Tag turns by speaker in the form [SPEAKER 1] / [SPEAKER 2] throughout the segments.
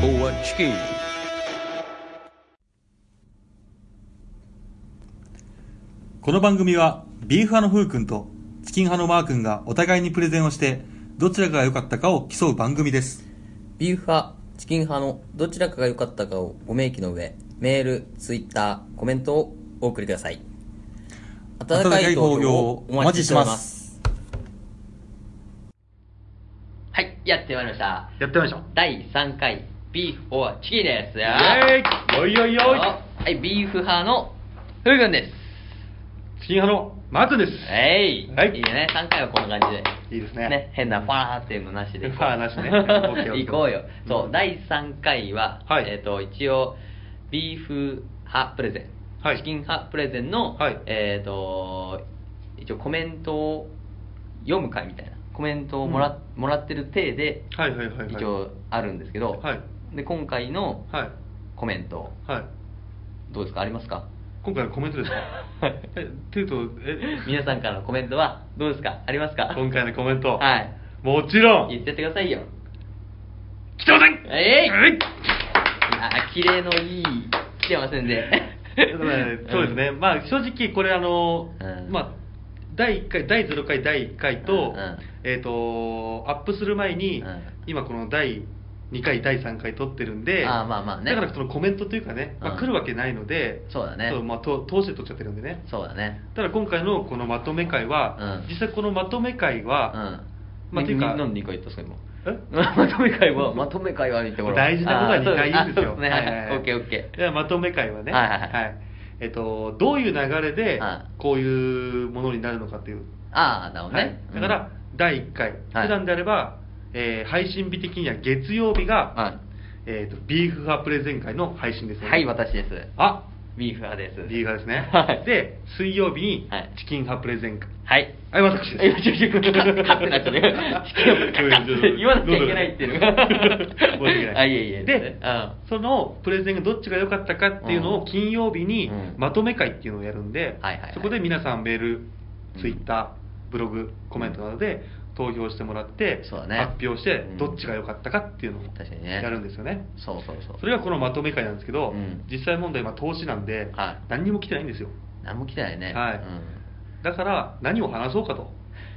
[SPEAKER 1] NHK
[SPEAKER 2] この番組はビーフ派のふうくんとチキン派のマーくんがお互いにプレゼンをしてどちらが良かったかを競う番組です
[SPEAKER 3] ビーフ派、チキン派のどちらかが良かったかをご明記の上、メール、ツイッター、コメントをお送りください。温かい投票をお待ちしております。はい、やってまいりました。
[SPEAKER 1] やってみましょう
[SPEAKER 3] 第3回、ビーフ or チキンです。
[SPEAKER 1] イエーイよいよいよい
[SPEAKER 3] はい、ビーフ派のふうくんです。
[SPEAKER 1] チキン派のマークです
[SPEAKER 3] えい、
[SPEAKER 1] はい
[SPEAKER 3] いよね、3回はこんな感じで。
[SPEAKER 1] いいですね
[SPEAKER 3] 変なファーっていうのなしで。
[SPEAKER 1] ファーなし ねオッケーオッケー
[SPEAKER 3] 行こうよ。そう、
[SPEAKER 1] うん
[SPEAKER 3] 第3回は、
[SPEAKER 1] はい
[SPEAKER 3] えっ、と、一応、ビーフ派プレゼン、
[SPEAKER 1] はい
[SPEAKER 3] チキン派プレゼンの、
[SPEAKER 1] はい
[SPEAKER 3] えっ、と、一応コメントを読む会みたいな、コメントをもら,、もらってる体で、
[SPEAKER 1] はいはいはいはい
[SPEAKER 3] 一応あるんですけど、
[SPEAKER 1] はい
[SPEAKER 3] で今回の
[SPEAKER 1] はい
[SPEAKER 3] コメント、
[SPEAKER 1] はい
[SPEAKER 3] どうですかありますか
[SPEAKER 1] 今回のコメントですかえっていうとえ
[SPEAKER 3] 皆さんからのコメントはどうですかありますか
[SPEAKER 1] 今回のコメント
[SPEAKER 3] はい
[SPEAKER 1] もちろん
[SPEAKER 3] 言ってやってくださいよ
[SPEAKER 1] 来てません
[SPEAKER 3] えい
[SPEAKER 1] はい
[SPEAKER 3] あ綺麗のいい来てませんで
[SPEAKER 1] そうですね、まあ正直これあの、
[SPEAKER 3] うん
[SPEAKER 1] まあ第1回第0回第1回と,、
[SPEAKER 3] うんうん
[SPEAKER 1] えっ、とアップする前に、
[SPEAKER 3] うん
[SPEAKER 1] 今この第2回第3回撮ってるんで
[SPEAKER 3] あーまあまあね
[SPEAKER 1] だからそのコメントというかね、ま
[SPEAKER 3] う
[SPEAKER 1] あ、
[SPEAKER 3] ん
[SPEAKER 1] 来るわけないので、
[SPEAKER 3] そうだね
[SPEAKER 1] まあ、と通して撮っちゃってるんでね
[SPEAKER 3] そうだね
[SPEAKER 1] ただ今回のこのまとめ会は、
[SPEAKER 3] うん
[SPEAKER 1] 実際このまとめ会
[SPEAKER 3] う
[SPEAKER 1] は、
[SPEAKER 3] ん
[SPEAKER 1] まあ
[SPEAKER 3] み
[SPEAKER 1] ていうか
[SPEAKER 3] なんで2回言ったんですか今
[SPEAKER 1] え
[SPEAKER 3] まとめ会はまとめ会は言ってごらん
[SPEAKER 1] 大事なことは2回言うんです
[SPEAKER 3] あ
[SPEAKER 1] よ。
[SPEAKER 3] そうねはいはいオッケーオッケー
[SPEAKER 1] ではまとめ会はね、
[SPEAKER 3] はいはいはい
[SPEAKER 1] えっと、どういう流れで
[SPEAKER 3] は
[SPEAKER 1] こういうものになるのかっていう、
[SPEAKER 3] ああなるほど
[SPEAKER 1] はい
[SPEAKER 3] ね、
[SPEAKER 1] だから、第1回、
[SPEAKER 3] はい
[SPEAKER 1] 普段であれば、えー配信日的には月曜日が、
[SPEAKER 3] は
[SPEAKER 1] えー、とビーフ派プレゼン会の配信です
[SPEAKER 3] い、
[SPEAKER 1] よね。
[SPEAKER 3] はい、私です
[SPEAKER 1] あ
[SPEAKER 3] ビーフ派です
[SPEAKER 1] ビーフ派ですね。
[SPEAKER 3] はい
[SPEAKER 1] で、水曜日に
[SPEAKER 3] はい
[SPEAKER 1] チキン派プレゼン会。
[SPEAKER 3] はい
[SPEAKER 1] はい、私です。
[SPEAKER 3] え、ち ょちょちょ、カッカッってなっちゃったよ。チキンをカッカッって言わなきゃいけないっていうのが。
[SPEAKER 1] 申し訳な い
[SPEAKER 3] あ、いえいえ。
[SPEAKER 1] で
[SPEAKER 3] うん
[SPEAKER 1] そのプレゼンがどっちが良かったかっていうの
[SPEAKER 3] う
[SPEAKER 1] を
[SPEAKER 3] ん
[SPEAKER 1] 金曜日に
[SPEAKER 3] うん
[SPEAKER 1] まとめ会っていうのをやるんで、
[SPEAKER 3] はいはいはい
[SPEAKER 1] そこで皆さんメール
[SPEAKER 3] うん
[SPEAKER 1] ツイッターブログコメントなどで投票してもらって、
[SPEAKER 3] そうだね
[SPEAKER 1] 発表して
[SPEAKER 3] うん
[SPEAKER 1] どっちが良かったかっていうのを
[SPEAKER 3] 確かにね
[SPEAKER 1] やるんですよね,、
[SPEAKER 3] そうそうそう。
[SPEAKER 1] それがこのまとめ会なんですけど、
[SPEAKER 3] うん
[SPEAKER 1] 実際問題、まあ、投資なんで、
[SPEAKER 3] はい
[SPEAKER 1] 何にも来てないんですよ
[SPEAKER 3] 何も来てないね。
[SPEAKER 1] はい
[SPEAKER 3] うん
[SPEAKER 1] だから何を話そうかと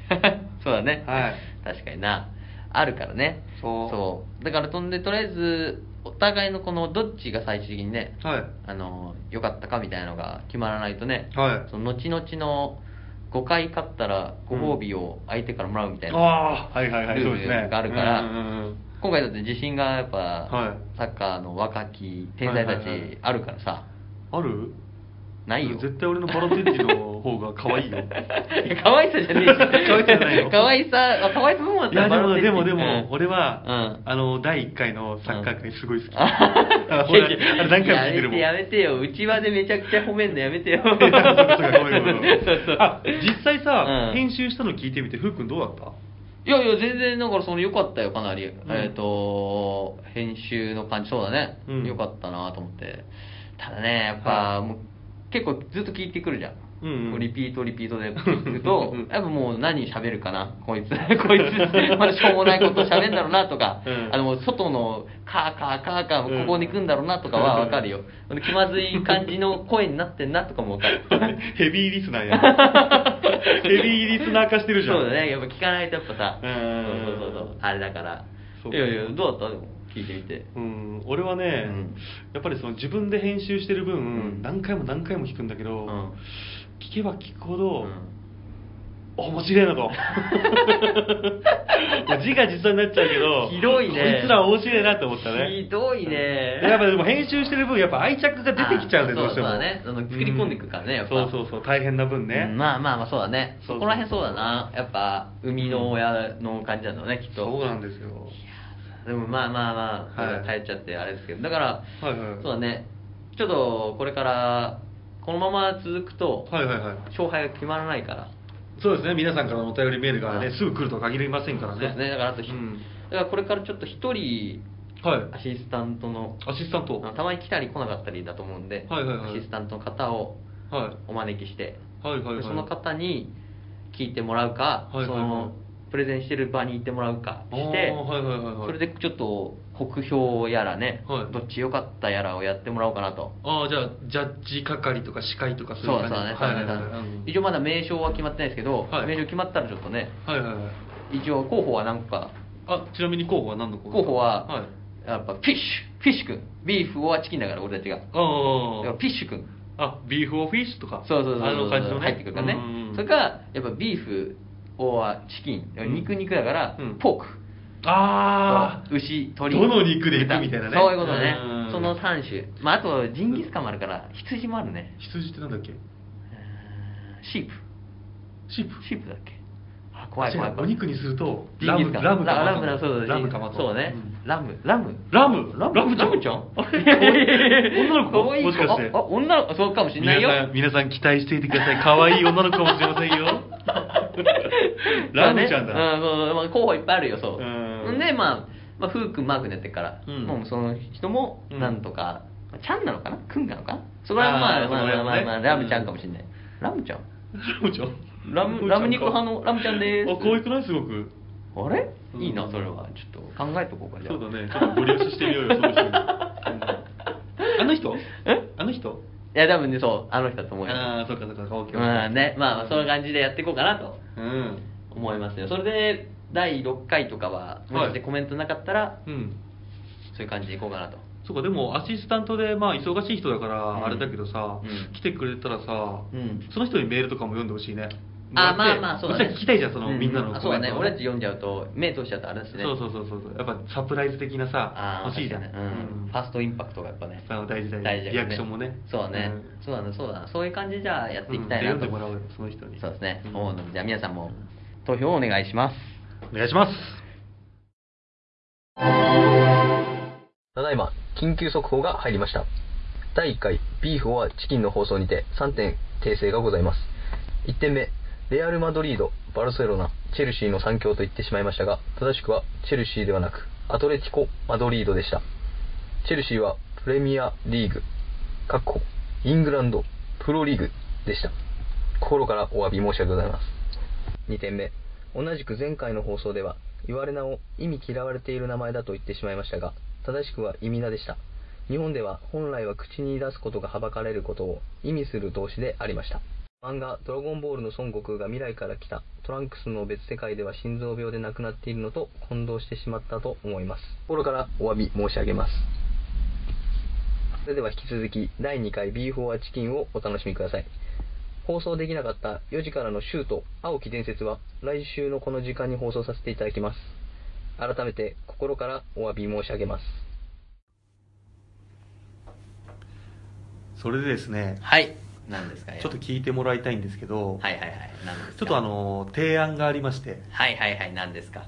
[SPEAKER 3] そうだね、
[SPEAKER 1] はい
[SPEAKER 3] 確かになあるからね
[SPEAKER 1] そう
[SPEAKER 3] だからとんでとりあえずお互いのこのどっちが最終的にね
[SPEAKER 1] はい
[SPEAKER 3] あの良かったかみたいなのが決まらないとね、
[SPEAKER 1] はい
[SPEAKER 3] その後々の5回勝ったらご褒美を相手からもらうみたいな、
[SPEAKER 1] ああはいはいはい
[SPEAKER 3] ル
[SPEAKER 1] そう
[SPEAKER 3] ー
[SPEAKER 1] です
[SPEAKER 3] ル
[SPEAKER 1] ね
[SPEAKER 3] があるから、
[SPEAKER 1] うんうんうん
[SPEAKER 3] 今回だって自信がやっぱ、
[SPEAKER 1] は
[SPEAKER 3] サッカーの若き天才た
[SPEAKER 1] はいはいはい
[SPEAKER 3] ちあるからさ、
[SPEAKER 1] ある
[SPEAKER 3] ないよ
[SPEAKER 1] 絶対俺のバロテッティの方が可愛いよ
[SPEAKER 3] いや可愛さじゃ ねえし
[SPEAKER 1] 可愛さじゃないよ
[SPEAKER 3] 可愛さあ可愛さ部門だっ
[SPEAKER 1] い
[SPEAKER 3] た
[SPEAKER 1] や
[SPEAKER 3] ら
[SPEAKER 1] で
[SPEAKER 3] バ
[SPEAKER 1] も
[SPEAKER 3] ロテッ
[SPEAKER 1] で
[SPEAKER 3] テ
[SPEAKER 1] もでも、
[SPEAKER 3] うん
[SPEAKER 1] 俺は、
[SPEAKER 3] うん
[SPEAKER 1] あの第1回のサッカー界すごい好き、
[SPEAKER 3] あはは
[SPEAKER 1] ほ らあれ何回も聞いてるもん
[SPEAKER 3] やめてやめてよ、うちわでめちゃくちゃ褒めんのやめてよ。
[SPEAKER 1] そうかごめんごめんごめん
[SPEAKER 3] そうそう
[SPEAKER 1] あ実際さ、
[SPEAKER 3] うん
[SPEAKER 1] 編集したの聞いてみてふうくんどうだ った
[SPEAKER 3] いやいや、全然、だからその良かったよ、かなり。
[SPEAKER 1] ん
[SPEAKER 3] えっと、編集の感じ、そうだね
[SPEAKER 1] うん。
[SPEAKER 3] 良かったなと思って。ただね、やっ
[SPEAKER 1] は
[SPEAKER 3] ぱ、もう結構ずっと聞いてくるじゃん。
[SPEAKER 1] うんうん
[SPEAKER 3] こリピートリピートで聞くと
[SPEAKER 1] うんうん
[SPEAKER 3] やっぱもう何喋るかなこいつこいつまだしょうもないこと喋るんだろうなとか、
[SPEAKER 1] うん
[SPEAKER 3] あの外のカーカーカーカーここに行くんだろうなとかは分かるよ、気まずい感じの声になってんなとかも分かる
[SPEAKER 1] ヘビーリスナ ーやヘビーリスナー化してるじゃん
[SPEAKER 3] そうだねやっぱ聞かないとやっぱさ
[SPEAKER 1] う
[SPEAKER 3] そうんそうそうそうあれだから
[SPEAKER 1] そう
[SPEAKER 3] いやいやどうだったでも聞いてみて
[SPEAKER 1] うん、俺はね、
[SPEAKER 3] うん
[SPEAKER 1] やっぱりその自分で編集してる分、
[SPEAKER 3] うん
[SPEAKER 1] 何回も何回も聞くんだけど、
[SPEAKER 3] うん
[SPEAKER 1] 聞けば聞くほど、
[SPEAKER 3] うん
[SPEAKER 1] 面白い なとまあ字が実際になっちゃうけど
[SPEAKER 3] ひどいね
[SPEAKER 1] こいつら面白いなと思ったね
[SPEAKER 3] ひどいね
[SPEAKER 1] やっぱでも編集してる分やっぱ愛着が出てきちゃうんで
[SPEAKER 3] あ
[SPEAKER 1] どうしても
[SPEAKER 3] そうだねその作り込んでいくからねやっぱ
[SPEAKER 1] そうそうそう大変な分ね、
[SPEAKER 3] うんまあまあまあそうだね
[SPEAKER 1] そうそう
[SPEAKER 3] そこら辺そうだなやっぱ生みの親の感じなんだろうねきっと
[SPEAKER 1] そうなんですよ
[SPEAKER 3] でもまあまあま
[SPEAKER 1] はい
[SPEAKER 3] あ耐えちゃってあれですけどだから
[SPEAKER 1] はいはい
[SPEAKER 3] そうだねちょっとこれからこのまま続くと
[SPEAKER 1] はいはいはい
[SPEAKER 3] 勝敗が決まらないから
[SPEAKER 1] そうですね皆さんからのお便りメールがね
[SPEAKER 3] はい
[SPEAKER 1] すぐ来るとは限りませんから
[SPEAKER 3] そう
[SPEAKER 1] ね
[SPEAKER 3] ですねだからあとひ
[SPEAKER 1] うん
[SPEAKER 3] だからこれからちょっと一人
[SPEAKER 1] は
[SPEAKER 3] ア
[SPEAKER 1] い
[SPEAKER 3] シスタントの
[SPEAKER 1] アシスタント
[SPEAKER 3] あのたまに来たり来なかったりだと思うんで
[SPEAKER 1] はいはいはい
[SPEAKER 3] アシスタントの方を
[SPEAKER 1] はい
[SPEAKER 3] お招きして
[SPEAKER 1] はいはいは
[SPEAKER 3] で
[SPEAKER 1] い
[SPEAKER 3] その方に聞いてもらうか、
[SPEAKER 1] はいはいはい
[SPEAKER 3] そのプレゼンしてる場に行ってもらうかして、
[SPEAKER 1] あーはいはいはいはい
[SPEAKER 3] それでちょっと国評やらね、
[SPEAKER 4] はい
[SPEAKER 3] どっち良かったやらをやってもらおうかなと。
[SPEAKER 4] ああじゃあジャッジ係とか司会とかそういう
[SPEAKER 3] そうそ
[SPEAKER 4] 感
[SPEAKER 3] う
[SPEAKER 4] じ
[SPEAKER 3] ね、
[SPEAKER 4] はいはい
[SPEAKER 3] そう
[SPEAKER 4] はい
[SPEAKER 3] ね
[SPEAKER 4] うん
[SPEAKER 3] 一応まだ名称は決まってないですけど、
[SPEAKER 4] はい
[SPEAKER 3] 名称決まったらちょっとね、
[SPEAKER 4] はいはいはい
[SPEAKER 3] 一応候補は何か、
[SPEAKER 4] あちなみに候補は何の候補
[SPEAKER 3] 候補は、
[SPEAKER 4] はい
[SPEAKER 3] やっぱフィッシュ、フィッシュ君、ビーフはチキンだから俺たちが。だから
[SPEAKER 4] あ
[SPEAKER 3] フィッシュ君、
[SPEAKER 4] ああビーフオフィッシュとか
[SPEAKER 3] そうそうそうそう
[SPEAKER 4] あの感じのね
[SPEAKER 3] 入ってくるからね
[SPEAKER 4] うんうんうん
[SPEAKER 3] それからやっぱビーフはチキン、
[SPEAKER 4] うん
[SPEAKER 3] 肉肉だから、
[SPEAKER 4] うん
[SPEAKER 3] ポーク
[SPEAKER 4] ああ
[SPEAKER 3] 牛鳥
[SPEAKER 4] どの肉で行くみたいなね
[SPEAKER 3] 豚そういうことね
[SPEAKER 4] うん
[SPEAKER 3] その3種まああとジンギスカンもあるから羊もあるね
[SPEAKER 4] 羊ってなんだっけ
[SPEAKER 3] うーんシープ
[SPEAKER 4] シープ
[SPEAKER 3] シープだっけあ怖い怖い
[SPEAKER 4] 違う
[SPEAKER 3] 怖
[SPEAKER 4] お
[SPEAKER 3] い
[SPEAKER 4] 肉にすると
[SPEAKER 3] ジン
[SPEAKER 4] ラ
[SPEAKER 3] ギ
[SPEAKER 4] ム
[SPEAKER 3] スカン
[SPEAKER 4] ラムか
[SPEAKER 3] ララ
[SPEAKER 4] マ
[SPEAKER 3] ムだ
[SPEAKER 4] ト
[SPEAKER 3] そうだ
[SPEAKER 4] ラムかマト
[SPEAKER 3] そうね
[SPEAKER 4] ん
[SPEAKER 3] ラムラム
[SPEAKER 4] ラム
[SPEAKER 3] ラム
[SPEAKER 4] ラムちゃん
[SPEAKER 3] ラムちゃん あれ
[SPEAKER 4] 女の子
[SPEAKER 3] 可愛い
[SPEAKER 4] もしかして
[SPEAKER 3] ああ女の子そうかもしれないよ
[SPEAKER 4] 皆さん皆さん期待していてください可愛い女の子かもしれません よラムちゃんだ、
[SPEAKER 3] ねうん、そうそうまあ、候補いっぱいあるよ、そう。
[SPEAKER 4] うん
[SPEAKER 3] で、まあ、まあ、フー君、マークになってるから、
[SPEAKER 4] うん
[SPEAKER 3] もうその人も、
[SPEAKER 4] うん
[SPEAKER 3] なんとか、まあちゃんなのかなくんなのかなそこはまあ、
[SPEAKER 4] あー
[SPEAKER 3] まあ、
[SPEAKER 4] その
[SPEAKER 3] まあ、まあ、
[SPEAKER 4] 辺
[SPEAKER 3] ま
[SPEAKER 4] ね
[SPEAKER 3] あラムちゃんかもしれない。ラムちゃん
[SPEAKER 4] ラムちゃん
[SPEAKER 3] ラムラム肉派のラムちゃんです
[SPEAKER 4] あ可愛くないすごく
[SPEAKER 3] あれ
[SPEAKER 4] うん
[SPEAKER 3] いいな、それは。ちょっと考えとこうか、じゃあ。
[SPEAKER 4] そうだねちょっとご了承してみようよその人にうんあの人
[SPEAKER 3] え
[SPEAKER 4] あの人
[SPEAKER 3] いや、多分ね、そう、あの人だと思うよ。
[SPEAKER 4] ああそっかそっか顔
[SPEAKER 3] うん、ね、まあまあ、そういう感じでやっていこうかなと
[SPEAKER 4] うん
[SPEAKER 3] 思いますよ。それで、第6回とかは、もし
[SPEAKER 4] はい
[SPEAKER 3] コメントなかったら、
[SPEAKER 4] うん
[SPEAKER 3] そういう感じでいこうかなと。
[SPEAKER 4] そうかでもアシスタントでまあ忙しい人だからあれだけどさ、
[SPEAKER 3] うん
[SPEAKER 4] 来てくれたらさ、
[SPEAKER 3] うん
[SPEAKER 4] その人にメールとかも読んでほしいね
[SPEAKER 3] あ
[SPEAKER 4] もらっ
[SPEAKER 3] ま
[SPEAKER 4] て
[SPEAKER 3] あまあそうだね
[SPEAKER 4] そしたら聞きたいじゃんその、
[SPEAKER 3] うん
[SPEAKER 4] みんなの
[SPEAKER 3] あ
[SPEAKER 4] コ
[SPEAKER 3] そう
[SPEAKER 4] メ
[SPEAKER 3] だ
[SPEAKER 4] ント
[SPEAKER 3] ね
[SPEAKER 4] を
[SPEAKER 3] 俺たち読んじゃうと目通しちゃうとあれですね
[SPEAKER 4] そうそうそうそうやっぱサプライズ的なさ
[SPEAKER 3] あー
[SPEAKER 4] 欲しいじゃん、
[SPEAKER 3] 確かにねうんファーストインパクトがやっぱね
[SPEAKER 4] あの大事大事
[SPEAKER 3] だよね
[SPEAKER 4] リアクションもね
[SPEAKER 3] そうだね、
[SPEAKER 4] うん
[SPEAKER 3] そうだねそうだねそういう感じじゃあやっていきたいな
[SPEAKER 4] うん
[SPEAKER 3] と、
[SPEAKER 4] で読んでもらおうよその人に
[SPEAKER 3] そうですね、
[SPEAKER 4] うん
[SPEAKER 3] 思うのでじゃあ皆さんも投票をお願いします
[SPEAKER 4] お願いします
[SPEAKER 5] ただいま、緊急速報が入りました。第1回、ビーフォアチキンの放送にて3点訂正がございます。1点目、レアル・マドリード、バルセロナ、チェルシーの3強と言ってしまいましたが、正しくはチェルシーではなく、アトレティコ・マドリードでした。チェルシーはプレミアリーグ、かっこイングランド、プロリーグでした。心からお詫び申し訳ございます。2点目同じく前回の放送では言われなを意味嫌われている名前だと言ってしまいましたが正しくは意味名でした日本では本来は口に出すことがはばかれることを意味する動詞でありました漫画「ドラゴンボール」の孫悟空が未来から来たトランクスの別世界では心臓病で亡くなっているのと混同してしまったと思います心からお詫び申し上げますそれでは引き続き第2回 B4 はチキンをお楽しみください放送できなかった4時からのシュート青き伝説は来週のこの時間に放送させていただきます改めて心からお詫び申し上げます
[SPEAKER 1] それでですね
[SPEAKER 3] はい何ですか
[SPEAKER 1] ちょっと聞いてもらいたいんですけど、
[SPEAKER 3] はいはいはい何ですか
[SPEAKER 1] ちょっとあの提案がありまして
[SPEAKER 3] はいはいはい何ですか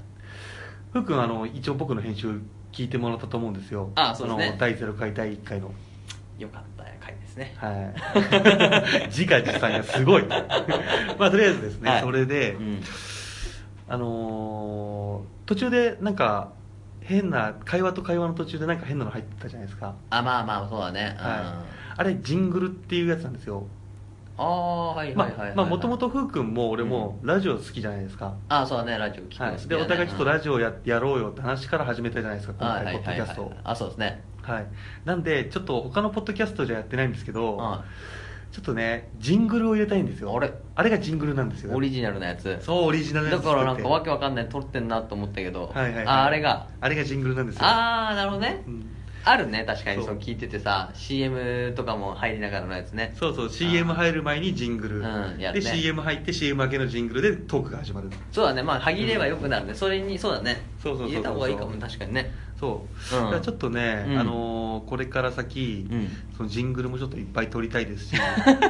[SPEAKER 1] ふうくんあの一応僕の編集聞いてもらったと思うんですよ
[SPEAKER 3] あそうですね
[SPEAKER 1] の第0回第1回の
[SPEAKER 3] よかった回ですね
[SPEAKER 1] はい自画自賛がすごいまあとりあえずですね、
[SPEAKER 3] はい
[SPEAKER 1] それで、
[SPEAKER 3] うん
[SPEAKER 1] あのー途中でなんか変な会話と会話の途中でなんか変なの入ってたじゃないですか
[SPEAKER 3] あまあまあそうだね、うん
[SPEAKER 1] はあれジングルっていうやつなんですよ
[SPEAKER 3] ああはいはいはいはい
[SPEAKER 1] まあもともとふうくんも俺もラジオ好きじゃないですか、
[SPEAKER 3] ああそうだねラジオ聞くの
[SPEAKER 1] は
[SPEAKER 3] 好きだね、
[SPEAKER 1] い、でお互いちょっとラ
[SPEAKER 3] ジ
[SPEAKER 1] ジオややろうよって話から始めたじゃないですか今
[SPEAKER 3] あ
[SPEAKER 1] 回ポッドキャストを
[SPEAKER 3] はいはいはいはいあそうですね
[SPEAKER 1] はいなんでちょっと他のポッドキャストじゃやってないんですけ
[SPEAKER 3] う
[SPEAKER 1] ど、
[SPEAKER 3] ん
[SPEAKER 1] ちょっとねジングルを入れたいんですよ
[SPEAKER 3] あれ
[SPEAKER 1] あれがジングルなんですよ
[SPEAKER 3] オリジナルのやつ
[SPEAKER 1] そうオリジナルのや
[SPEAKER 3] だ
[SPEAKER 1] つ
[SPEAKER 3] からなんかわ
[SPEAKER 1] け
[SPEAKER 3] けわかんない撮ってんなと思ったけど、
[SPEAKER 1] はいはいはい
[SPEAKER 3] ああれが
[SPEAKER 1] あれがジングルなんですよ
[SPEAKER 3] ああなるほどね、
[SPEAKER 1] うん
[SPEAKER 3] あるね確かに
[SPEAKER 1] そう
[SPEAKER 3] そう聞いててさ CM とかも入りながらのやつね
[SPEAKER 1] そうそう CM 入る前にジング
[SPEAKER 3] う
[SPEAKER 1] ル、
[SPEAKER 3] んやる
[SPEAKER 1] で
[SPEAKER 3] ね
[SPEAKER 1] CM 入って CM 明けのジングルでトークが始まる
[SPEAKER 3] そうだねまあ歯切れはよくなるね、それにそうだね
[SPEAKER 1] そうそうそう
[SPEAKER 3] 入
[SPEAKER 1] そう
[SPEAKER 3] れた方がいいかも確かに ね
[SPEAKER 1] そう、
[SPEAKER 3] うん
[SPEAKER 1] だからちょっとね、
[SPEAKER 3] うん
[SPEAKER 1] あのーこれから先、
[SPEAKER 3] うん
[SPEAKER 1] そのジングルもちょっといっぱい撮りた いですし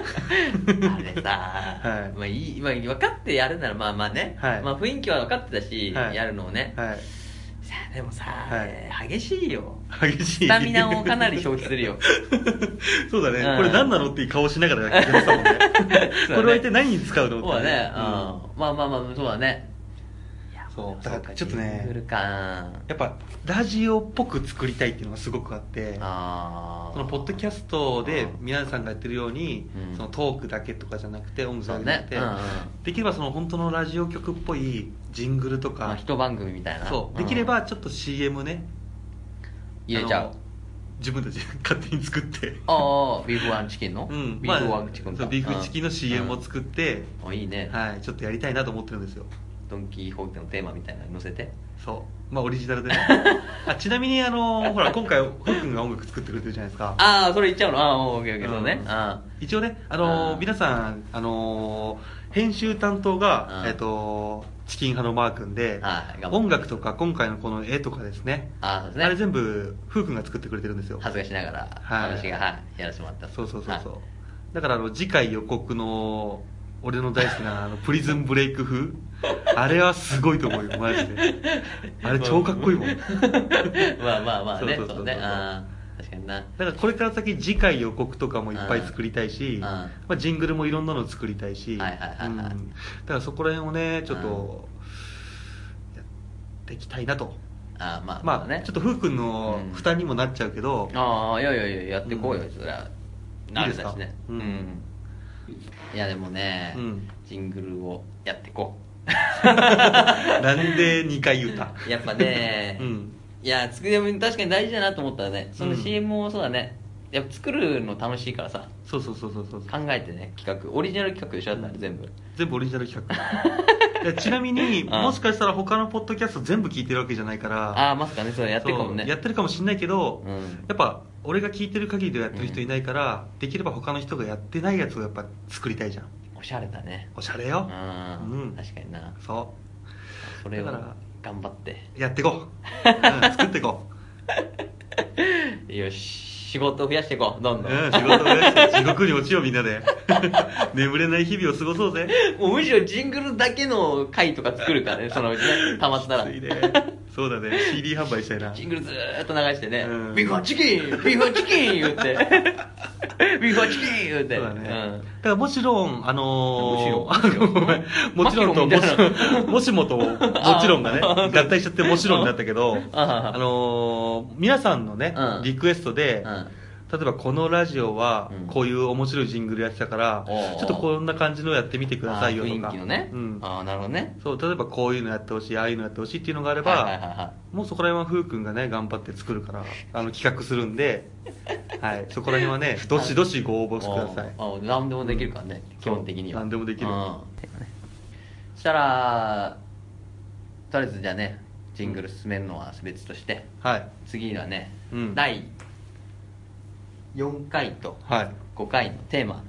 [SPEAKER 3] あれさ、
[SPEAKER 1] はい
[SPEAKER 3] まあいい、まあ、分かってやるならまあまあね、
[SPEAKER 1] はい
[SPEAKER 3] まあ、雰囲気は分かってたし、
[SPEAKER 1] はい
[SPEAKER 3] やるのをね、
[SPEAKER 1] はい
[SPEAKER 3] さあでもさ、
[SPEAKER 1] は
[SPEAKER 3] 激しい よ
[SPEAKER 1] 激しい
[SPEAKER 3] スタミナをかなり消費するよ
[SPEAKER 1] そうだね、
[SPEAKER 3] うん
[SPEAKER 1] これ何なのっていう顔しながらやってたも んねこれは一体何に使うの
[SPEAKER 3] そうだね、うん
[SPEAKER 1] うん
[SPEAKER 3] まあまあまあそうだねいや
[SPEAKER 1] そうだからちょっとね
[SPEAKER 3] ジングルか
[SPEAKER 1] やっぱラジオっぽく作りたいっていうのがすごくあって
[SPEAKER 3] ああ
[SPEAKER 1] そのポッドキャストで皆さんがやってるように、
[SPEAKER 3] うん
[SPEAKER 1] そのトークだけとかじゃなくて音
[SPEAKER 3] そう
[SPEAKER 1] 楽だ
[SPEAKER 3] ね
[SPEAKER 1] け、じ
[SPEAKER 3] う
[SPEAKER 1] ゃ
[SPEAKER 3] んう
[SPEAKER 1] なくて、
[SPEAKER 3] ん
[SPEAKER 1] できればその本当のラジオ局っぽいジングルと
[SPEAKER 3] まあ、
[SPEAKER 1] か、
[SPEAKER 3] 一番組みたいな
[SPEAKER 1] そうできればちょっと CM ね、
[SPEAKER 3] 入れちゃ
[SPEAKER 1] あ
[SPEAKER 3] う
[SPEAKER 1] の自分たちで勝手に作って
[SPEAKER 3] ああビーフワンチキンの、
[SPEAKER 1] うん
[SPEAKER 3] ビーフワンチキン
[SPEAKER 1] まあ
[SPEAKER 3] か
[SPEAKER 1] そうビーフチキンの CM を
[SPEAKER 3] うん
[SPEAKER 1] 作って、
[SPEAKER 3] おいいね、
[SPEAKER 1] はい、ちょっとやりたいなと思ってるんですよ
[SPEAKER 3] ドンキーホーテのテーマみたいなのに載せて
[SPEAKER 1] そうまあオリジ ナルでねあちなみにあのほら今回ふうくんが音楽作ってくれてるじゃないですか
[SPEAKER 3] ああそれ言っちゃうのああオッケーオッケーそうね
[SPEAKER 1] うん
[SPEAKER 3] あ
[SPEAKER 1] 一応ね、あのー
[SPEAKER 3] うん
[SPEAKER 1] 皆さん、あのー編集担当
[SPEAKER 3] う
[SPEAKER 1] が、
[SPEAKER 3] ん
[SPEAKER 1] えっと、チキン派のマー君で、
[SPEAKER 3] はい頑張って
[SPEAKER 1] 音楽とか今回のこの絵とかですね、
[SPEAKER 3] あああそうですね
[SPEAKER 1] あれ全部、ふう君が作ってくれてるんですよ。
[SPEAKER 3] 恥ずかしながら
[SPEAKER 1] はい
[SPEAKER 3] 私がはいやらせてもらった
[SPEAKER 1] そうそうそうそう
[SPEAKER 3] は。
[SPEAKER 1] だからあの、次回予告の、俺の大好きなあのプリズンブレイク 風あれはすごいと思うよ、マジで。あれ超かっこ いいもん。
[SPEAKER 3] いまあまあまあねそう
[SPEAKER 1] そ
[SPEAKER 3] う
[SPEAKER 1] そうそうそう
[SPEAKER 3] ねああ確かにな
[SPEAKER 1] だからこれから先次回予告とかもいっぱい作りたいし、
[SPEAKER 3] うん
[SPEAKER 1] まあ、ジングルもいろんなの作りたいし、
[SPEAKER 3] はいはいはいはい
[SPEAKER 1] うんだからそこら辺をねちょっとやっていきたいなと
[SPEAKER 3] ああまあ
[SPEAKER 1] まあ、ちょっとふうくんの
[SPEAKER 3] うん
[SPEAKER 1] 負担にもなっちゃう けど、
[SPEAKER 3] ああいやいやいややってこうよ、
[SPEAKER 1] うん
[SPEAKER 3] そりゃ慣れたし
[SPEAKER 1] いい
[SPEAKER 3] ね
[SPEAKER 1] ですかう
[SPEAKER 3] うんん、いやでもね、
[SPEAKER 1] うん
[SPEAKER 3] ジングルをやってこ
[SPEAKER 1] なんで2回言うた
[SPEAKER 3] うやっぱね、
[SPEAKER 1] うん
[SPEAKER 3] いや作りも確かに大事だなと思ったらねその
[SPEAKER 1] うん
[SPEAKER 3] CM もそうだね、やっぱ作るの楽しいからさ
[SPEAKER 1] そうそうそうそうそう
[SPEAKER 3] 考えてね企画オリジナル企画でしょだったら全部、
[SPEAKER 1] 全部オリジナル企 画いやちなみに
[SPEAKER 3] ん
[SPEAKER 1] もしかしたら他のポッドキャスト全部聞いてるわけじゃないから
[SPEAKER 3] ああまさかねそれやってるかもね
[SPEAKER 1] そうやってるかもしれないけど、
[SPEAKER 3] うん
[SPEAKER 1] やっぱ俺が聞いてる限りではやってる人いないから、できれば他の人がやってないやつをやっぱ作りたいじゃん
[SPEAKER 3] おしゃれだね
[SPEAKER 1] おしゃれよ、
[SPEAKER 3] うん、
[SPEAKER 1] うん
[SPEAKER 3] 確かにな
[SPEAKER 1] そ
[SPEAKER 3] それを
[SPEAKER 1] だから
[SPEAKER 3] 頑張って
[SPEAKER 1] うやっていこう、うん作っていこ
[SPEAKER 3] よし仕事を増やしていこうど
[SPEAKER 1] う、
[SPEAKER 3] んどん、
[SPEAKER 1] うん、仕事をやって地獄に落ちようみんなで 眠れない日々を過ごそうぜ
[SPEAKER 3] もうむしろジングルだけの回とか作る からね、そのうちね、たまったら。
[SPEAKER 1] きついねそうだね CD 販売したいな
[SPEAKER 3] ジングルずーっと流してね、
[SPEAKER 1] うん
[SPEAKER 3] ビーフはチキンビーフはチキン言って、 ビーフはチキン言って、
[SPEAKER 1] そうだね、
[SPEAKER 3] ん
[SPEAKER 1] だからもちろん、あの
[SPEAKER 3] もちろん
[SPEAKER 1] ごめん もちろんと、
[SPEAKER 3] マキロ
[SPEAKER 1] も
[SPEAKER 3] ンみたいな
[SPEAKER 1] し もしもと、もちろんがね、合体しちゃってもちろんになったけど、
[SPEAKER 3] あ
[SPEAKER 1] あのー皆さんのね、
[SPEAKER 3] うん
[SPEAKER 1] リクエストで、
[SPEAKER 3] うん
[SPEAKER 1] 例えばこのラジオは
[SPEAKER 3] うん
[SPEAKER 1] こういう面白いジングルやってたから、
[SPEAKER 3] おう
[SPEAKER 1] ちょっとこんな感じのやってみてくださいよと
[SPEAKER 3] あー
[SPEAKER 1] か
[SPEAKER 3] 雰囲気のね、
[SPEAKER 1] うん、
[SPEAKER 3] ああなるほどね
[SPEAKER 1] そう例えばこういうのやってほしいああいうのやってほしいっていうのがあれば、
[SPEAKER 3] はいはいはいは
[SPEAKER 1] もうそこら辺はふうくんがね頑張って作る からあの企画するんで、はい、そこら辺はねどしどしご応募してください
[SPEAKER 3] あーあー何でもできるからね、
[SPEAKER 1] ん
[SPEAKER 3] 基本的には
[SPEAKER 1] そう何でもできる
[SPEAKER 3] うんそしたらとりあえずじゃあねジングル進めるのは別として
[SPEAKER 1] はい
[SPEAKER 3] 次はね、
[SPEAKER 1] うん
[SPEAKER 3] 第4回と
[SPEAKER 1] はい
[SPEAKER 3] 5回のテーマ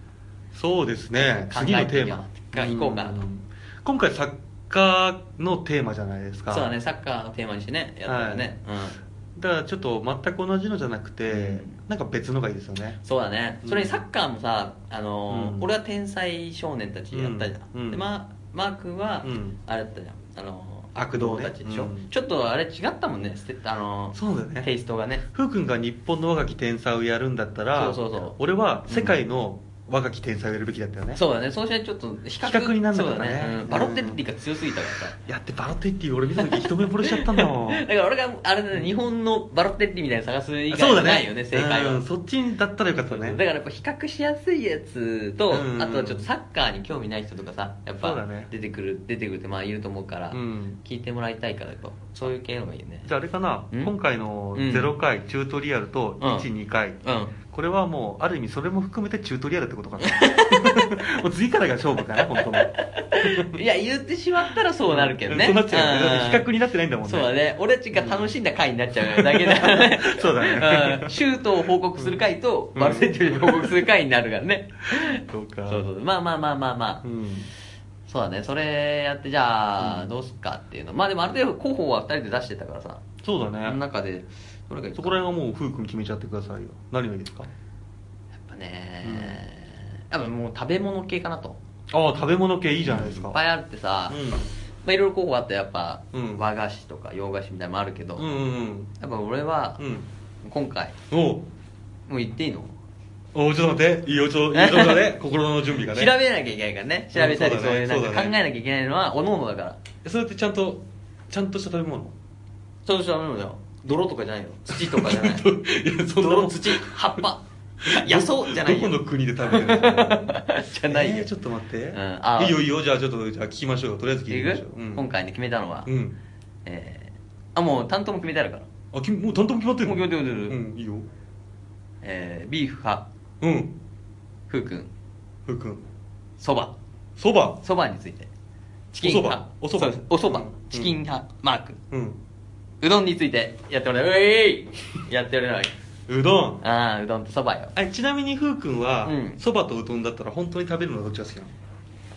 [SPEAKER 1] そうですね
[SPEAKER 3] 考え
[SPEAKER 1] 次のテーマ
[SPEAKER 3] ていこうかなと
[SPEAKER 1] ん今回サッカーのテーマじゃないですか
[SPEAKER 3] そうだねサッカーのテーマにしてねやったらね、
[SPEAKER 1] だからちょっと全く同じのじゃなくて、
[SPEAKER 3] うん
[SPEAKER 1] なんか別のがいいですよね
[SPEAKER 3] うん、そうだねそれにサッカーもさ、あのー
[SPEAKER 1] うん
[SPEAKER 3] 俺は天才少年たちやったじゃん、
[SPEAKER 1] うん
[SPEAKER 3] でまマー君は、
[SPEAKER 1] うん
[SPEAKER 3] あれだったじゃんあのー
[SPEAKER 1] 悪童ね
[SPEAKER 3] たちでしょ、
[SPEAKER 1] うん
[SPEAKER 3] ちょっとあれ違ったもんねステあのー
[SPEAKER 1] そうだよね
[SPEAKER 3] テイストがね
[SPEAKER 1] ふうくんが日本の若き天才をやるんだったら
[SPEAKER 3] そうそうそう
[SPEAKER 1] 俺は世界の若き天才をやるべきだったよね、
[SPEAKER 3] そうだねそうしてちょっと比較
[SPEAKER 1] 比較になるのかね
[SPEAKER 3] そうだね、うんバロッテッリが強すぎたからさ、
[SPEAKER 1] やってバロテッティ俺見た時一目惚れしちゃったんだ もん
[SPEAKER 3] だから俺があれだね日本のバロッテッリみたいに探す以
[SPEAKER 1] そう
[SPEAKER 3] 外
[SPEAKER 1] だ
[SPEAKER 3] は
[SPEAKER 1] ね
[SPEAKER 3] ないよね正解は、
[SPEAKER 1] うんそっちだったらよかったね
[SPEAKER 3] だからやっぱ比較しやすいやつと、
[SPEAKER 1] うん
[SPEAKER 3] あとはちょっとサッカーに興味ない人とかさやっ
[SPEAKER 1] そうだ
[SPEAKER 3] ぱ
[SPEAKER 1] ね
[SPEAKER 3] 出てくる、出てくるってまあいると思うから、
[SPEAKER 1] うん
[SPEAKER 3] 聞いてもらいたいからやっぱそういう系のがいいよね
[SPEAKER 1] じゃああれかな
[SPEAKER 3] うん
[SPEAKER 1] 今回の
[SPEAKER 3] うん
[SPEAKER 1] 0回チュートリアルと12、2回
[SPEAKER 3] うん
[SPEAKER 1] これはもうある意味それも含めてチュートリアルってことかな もう次からが勝負かな本当の
[SPEAKER 3] いや言ってしまったらそうなるけどね、
[SPEAKER 1] そうなっちゃうよね
[SPEAKER 3] ん
[SPEAKER 1] だって比較になってないんだもんね
[SPEAKER 3] そうだね俺たちが楽しんだ回になっちゃうだけだからね
[SPEAKER 1] そうだね
[SPEAKER 3] んシュートを報告する回と、
[SPEAKER 1] うん
[SPEAKER 3] バルセンチョを報告する回になるからね、
[SPEAKER 1] そうか
[SPEAKER 3] そうそうまあまあまあまあまあ、
[SPEAKER 1] うん
[SPEAKER 3] そうだねそれやってじゃあどうすっかっていうのまあでもある程度候補は2人で出してたからさ
[SPEAKER 1] そう
[SPEAKER 3] そ
[SPEAKER 1] だ
[SPEAKER 3] の
[SPEAKER 1] ね
[SPEAKER 3] 中でどれがいいか
[SPEAKER 1] そこら辺はもうふうくん決めちゃってくださいよ何がいいですか
[SPEAKER 3] やっぱね、やっぱもう食べ物系かなと
[SPEAKER 1] ああ食べ物系いいじゃないです
[SPEAKER 3] い
[SPEAKER 1] か
[SPEAKER 3] っぱいあるってさ、
[SPEAKER 1] うん
[SPEAKER 3] まあ、いろいろ候補あってやっぱ、
[SPEAKER 1] うん
[SPEAKER 3] 和菓子とか洋菓子みたいなのもあるけど、
[SPEAKER 1] うんうん
[SPEAKER 3] やっぱ俺は
[SPEAKER 1] うんうん
[SPEAKER 3] 今回
[SPEAKER 1] おう
[SPEAKER 3] もう言っていいの、
[SPEAKER 1] おうちょっと待っていいよちょっといいよちょっと待って 心の準備が
[SPEAKER 3] 調
[SPEAKER 1] ね
[SPEAKER 3] べなきゃいけないからね調べたり
[SPEAKER 1] うん
[SPEAKER 3] そういうなん
[SPEAKER 1] そ
[SPEAKER 3] か
[SPEAKER 1] う
[SPEAKER 3] 考
[SPEAKER 1] だね
[SPEAKER 3] えなきゃいけないのはおののだから
[SPEAKER 1] それってちゃんとちゃんとした食べ物
[SPEAKER 3] そうしたものだよ泥とかじゃないよ土とか じゃない
[SPEAKER 1] いやそんなも
[SPEAKER 3] 泥
[SPEAKER 1] ん
[SPEAKER 3] 土葉っぱいや野草じゃないよ
[SPEAKER 1] どこの国で食べてるんですか
[SPEAKER 3] じゃ ないよ、
[SPEAKER 1] えーちょっと待って、
[SPEAKER 3] うんあー
[SPEAKER 1] いいよいいよじゃあちょっとじゃあ聞きましょうよとりあえず聞いてみましょ
[SPEAKER 3] 行
[SPEAKER 1] う、
[SPEAKER 3] く
[SPEAKER 1] うん
[SPEAKER 3] 今回ね決めたのは、
[SPEAKER 1] うん
[SPEAKER 3] えーあもう担当も決めてあるから
[SPEAKER 1] あきもう担当も決まってるの
[SPEAKER 3] もう決まってる決まってる
[SPEAKER 1] うんいいよ
[SPEAKER 3] えービーフ派
[SPEAKER 1] うん
[SPEAKER 3] ふうくん
[SPEAKER 1] ふうくん
[SPEAKER 3] そば
[SPEAKER 1] そば
[SPEAKER 3] そばについてチキン派
[SPEAKER 1] お蕎麦お蕎
[SPEAKER 3] そ
[SPEAKER 1] 麦
[SPEAKER 3] うですおそば
[SPEAKER 1] うん
[SPEAKER 3] チキン派マーク
[SPEAKER 1] うん
[SPEAKER 3] うどんについてやっておらないういやっておらないう
[SPEAKER 1] どん
[SPEAKER 3] ああうどんとそばよ
[SPEAKER 1] あちなみにふうくんは
[SPEAKER 3] うん
[SPEAKER 1] そば、とうどんだったら本当に食べるのはどっちが好きなの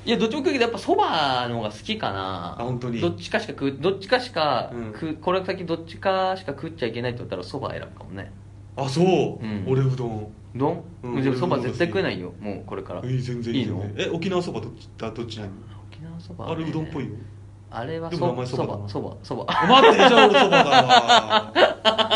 [SPEAKER 3] いやどっちも食うけどやっぱそばの方が好きかな
[SPEAKER 1] あ本当に
[SPEAKER 3] どっちかしか食うどっちかしか
[SPEAKER 1] うん
[SPEAKER 3] 食う、これ先どっちかしか食っちゃいけないって言ったらそば選ぶかもね
[SPEAKER 1] あそ
[SPEAKER 3] う
[SPEAKER 1] う、
[SPEAKER 3] ん
[SPEAKER 1] 俺うどん
[SPEAKER 3] うどん、
[SPEAKER 1] う
[SPEAKER 3] うんん、でもそば絶対食えないよもうこれから
[SPEAKER 1] え全然
[SPEAKER 3] いい
[SPEAKER 1] 全
[SPEAKER 3] の
[SPEAKER 1] 然え沖縄そばどっちだどっち何
[SPEAKER 3] 沖縄そば
[SPEAKER 1] あ
[SPEAKER 3] はね
[SPEAKER 1] れうどんっぽいよ
[SPEAKER 3] あれは
[SPEAKER 1] で
[SPEAKER 3] そ
[SPEAKER 1] も名前
[SPEAKER 3] ば
[SPEAKER 1] そ
[SPEAKER 3] そ
[SPEAKER 1] ばだな
[SPEAKER 3] ばそばそば
[SPEAKER 1] 待ってじゃあ俺そばだわ
[SPEAKER 3] いや
[SPEAKER 1] 俺そばがいい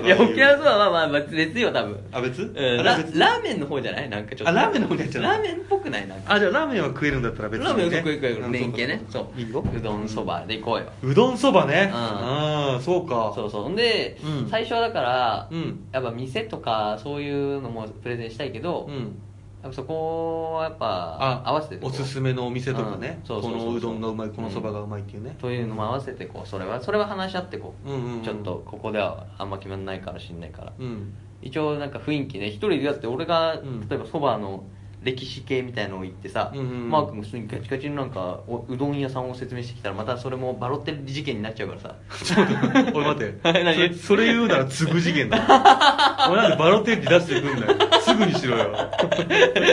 [SPEAKER 3] いや沖縄そばはまあまあ別よ多分
[SPEAKER 1] あ別、
[SPEAKER 3] うん
[SPEAKER 1] あ
[SPEAKER 3] ラ
[SPEAKER 1] れ
[SPEAKER 3] ラ
[SPEAKER 1] 別
[SPEAKER 3] ーメンの方じゃないなんかちょっと
[SPEAKER 1] あラーメンの方にやっちゃうの
[SPEAKER 3] ラーメンっぽくないなんか
[SPEAKER 1] あじゃあラーメンは食えるんだったら別に、ね、
[SPEAKER 3] ラーメンは食える食える
[SPEAKER 1] うん
[SPEAKER 3] 麺系ね
[SPEAKER 1] そう
[SPEAKER 3] そ
[SPEAKER 1] か
[SPEAKER 3] う
[SPEAKER 1] いいよ
[SPEAKER 3] うどんそばで行こうよ
[SPEAKER 1] うどんそばね
[SPEAKER 3] うん
[SPEAKER 1] ああそうか
[SPEAKER 3] そうそうほんで、
[SPEAKER 1] うん
[SPEAKER 3] 最初はだから、
[SPEAKER 1] うん
[SPEAKER 3] やっぱ店とかそういうのもプレゼンしたいけど、やっ
[SPEAKER 1] ん
[SPEAKER 3] ぱそこはやっぱ合わせて
[SPEAKER 1] おすす
[SPEAKER 3] め
[SPEAKER 1] めのお店とかね
[SPEAKER 3] うん
[SPEAKER 1] こ
[SPEAKER 3] そうそうそうそう
[SPEAKER 1] のうどんがうまいこのそばがうまいっていうね
[SPEAKER 3] というのも合わせてこうそれはそれは話し合ってこう,、
[SPEAKER 1] うんうんうん
[SPEAKER 3] ちょっとここではあんま決まんないからしんないから、
[SPEAKER 1] うん
[SPEAKER 3] 一応なんか雰囲気ね一人でだって俺が、
[SPEAKER 1] うん
[SPEAKER 3] 例えばそばの歴史系みたいのを言ってさ、
[SPEAKER 1] うんうんうん
[SPEAKER 3] マー君が普通にガチガチのなんかおうどん屋さんを説明してきたらまたそれもバロッテリ事件になっちゃうから さ
[SPEAKER 1] おい待って
[SPEAKER 3] 何
[SPEAKER 1] それそれ言うならつぶ次元だよおいなんでバロテリ出してくんだよすぐにしろよ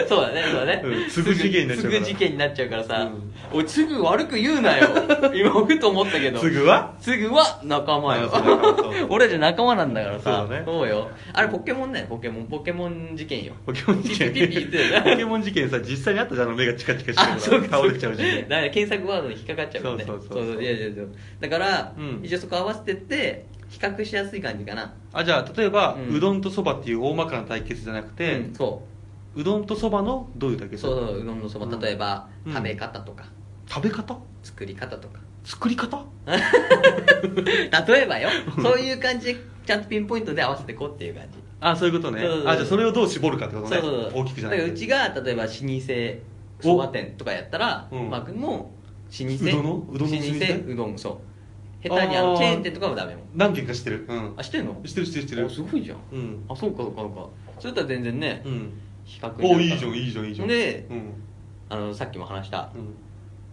[SPEAKER 3] そうだねそうだね、
[SPEAKER 1] うんすぐ事件になっちゃうから
[SPEAKER 3] すぐ事件になっちゃうからさ、
[SPEAKER 1] うん
[SPEAKER 3] おいすぐ悪く言うなよ今ふと思ったけど
[SPEAKER 1] すぐは
[SPEAKER 3] すぐは仲間よ
[SPEAKER 1] そうそうそうそう
[SPEAKER 3] 俺ら仲間なんだからさ
[SPEAKER 1] そうだね
[SPEAKER 3] よあれポケモンだよポケモンポケモン事件 よ
[SPEAKER 1] ポケモン事件
[SPEAKER 3] ピピピ言ってる
[SPEAKER 1] ポケモン事件さ実際にあったじゃんあの目がチカチカしてるから倒れちゃう事件
[SPEAKER 3] だから検索ワードに引っかかっちゃうもんね
[SPEAKER 1] そうそうそうそう
[SPEAKER 3] いやいやいやだから、
[SPEAKER 1] うん
[SPEAKER 3] 一応そこ合わせてって比較しやすい感じかな
[SPEAKER 1] あじゃあ例えば、う
[SPEAKER 3] うん
[SPEAKER 1] どんとそばっていう大まかな対決じゃなくて、う
[SPEAKER 3] うんそう
[SPEAKER 1] どんとそばのどういう対決
[SPEAKER 3] そうそううどんのそば、
[SPEAKER 1] うん
[SPEAKER 3] 例えば、
[SPEAKER 1] うん
[SPEAKER 3] 食べ方とか
[SPEAKER 1] 食べ方
[SPEAKER 3] 作り方とか
[SPEAKER 1] 作り方
[SPEAKER 3] 例えばよそういう感じでちゃんとピンポイントで合わせてこうっていう感じ
[SPEAKER 1] あそういうことね
[SPEAKER 3] そうそうそう
[SPEAKER 1] あじゃあそれをどう絞るかってこと
[SPEAKER 3] そ
[SPEAKER 1] ね
[SPEAKER 3] うそうそう
[SPEAKER 1] 大きくじゃな
[SPEAKER 3] だ
[SPEAKER 1] い
[SPEAKER 3] からうちが例えば老舗そば店とかやったら
[SPEAKER 1] うん
[SPEAKER 3] マー君も老舗
[SPEAKER 1] うどんのうどんの老舗
[SPEAKER 3] 老舗うどんそう下手にあの
[SPEAKER 1] あー
[SPEAKER 3] チェーン店とかもダメも
[SPEAKER 1] 何件か知ってるうん
[SPEAKER 3] あしてんの
[SPEAKER 1] 知ってる知ってる知ってる
[SPEAKER 3] あすごいじゃん
[SPEAKER 1] うん
[SPEAKER 3] あそうかそうかそうかそれとは全然ね
[SPEAKER 1] うん
[SPEAKER 3] 比較にな
[SPEAKER 1] お
[SPEAKER 3] る
[SPEAKER 1] い
[SPEAKER 3] から
[SPEAKER 1] いじゃんいいじゃんいいじゃん
[SPEAKER 3] で
[SPEAKER 1] うん
[SPEAKER 3] あのさっきも話した
[SPEAKER 1] うん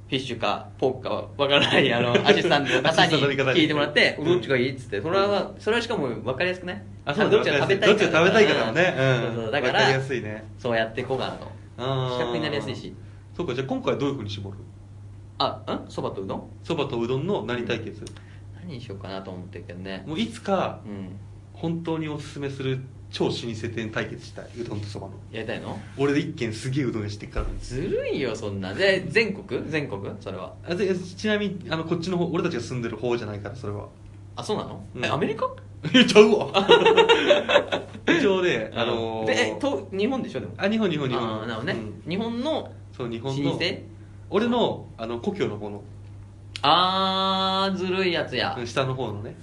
[SPEAKER 3] フィッシュかポークかわからない あのアシスタントの
[SPEAKER 1] アシ
[SPEAKER 3] 方
[SPEAKER 1] スタントの
[SPEAKER 3] に
[SPEAKER 1] 方に
[SPEAKER 3] 聞いてもらって
[SPEAKER 1] うん
[SPEAKER 3] どっちがいいっつってそれはそれはしかも分かりやすくない
[SPEAKER 1] あそう
[SPEAKER 3] どっちが食べたい
[SPEAKER 1] どっちが食べたいかだもんね
[SPEAKER 3] う
[SPEAKER 1] うんん
[SPEAKER 3] そうそうだか
[SPEAKER 1] わからりやすいね
[SPEAKER 3] そうやっていこうかなと
[SPEAKER 1] 比
[SPEAKER 3] 比較になりやすいし
[SPEAKER 1] そうかじゃあ今回はどういうふうに絞る
[SPEAKER 3] あんそばとうどん
[SPEAKER 1] そばとうどんの何対決、
[SPEAKER 3] 何にしようかなと思ってるけどね
[SPEAKER 1] もういつか
[SPEAKER 3] うん
[SPEAKER 1] 本当におすすめする超老舗店対決したいうどんとそばの
[SPEAKER 3] やりたいの
[SPEAKER 1] 俺で一軒すげえうどん屋してっから
[SPEAKER 3] ずるいよそんなで全国全国それは
[SPEAKER 1] あでちなみにあのこっちの方俺たちが住んでる方じゃないからそれ は
[SPEAKER 3] あそうなの、
[SPEAKER 1] うん
[SPEAKER 3] えアメリ カ
[SPEAKER 1] いやちゃうわ一応ねあのー、
[SPEAKER 3] でえと日本でしょでも
[SPEAKER 1] あ日本日本日
[SPEAKER 3] あ
[SPEAKER 1] 本
[SPEAKER 3] ーなるほどね、
[SPEAKER 1] うん
[SPEAKER 3] 日本の
[SPEAKER 1] そう日
[SPEAKER 3] 老
[SPEAKER 1] 本の
[SPEAKER 3] 舗
[SPEAKER 1] 俺のあの故郷の方の
[SPEAKER 3] あーずるいやつや、
[SPEAKER 1] うん下の方のね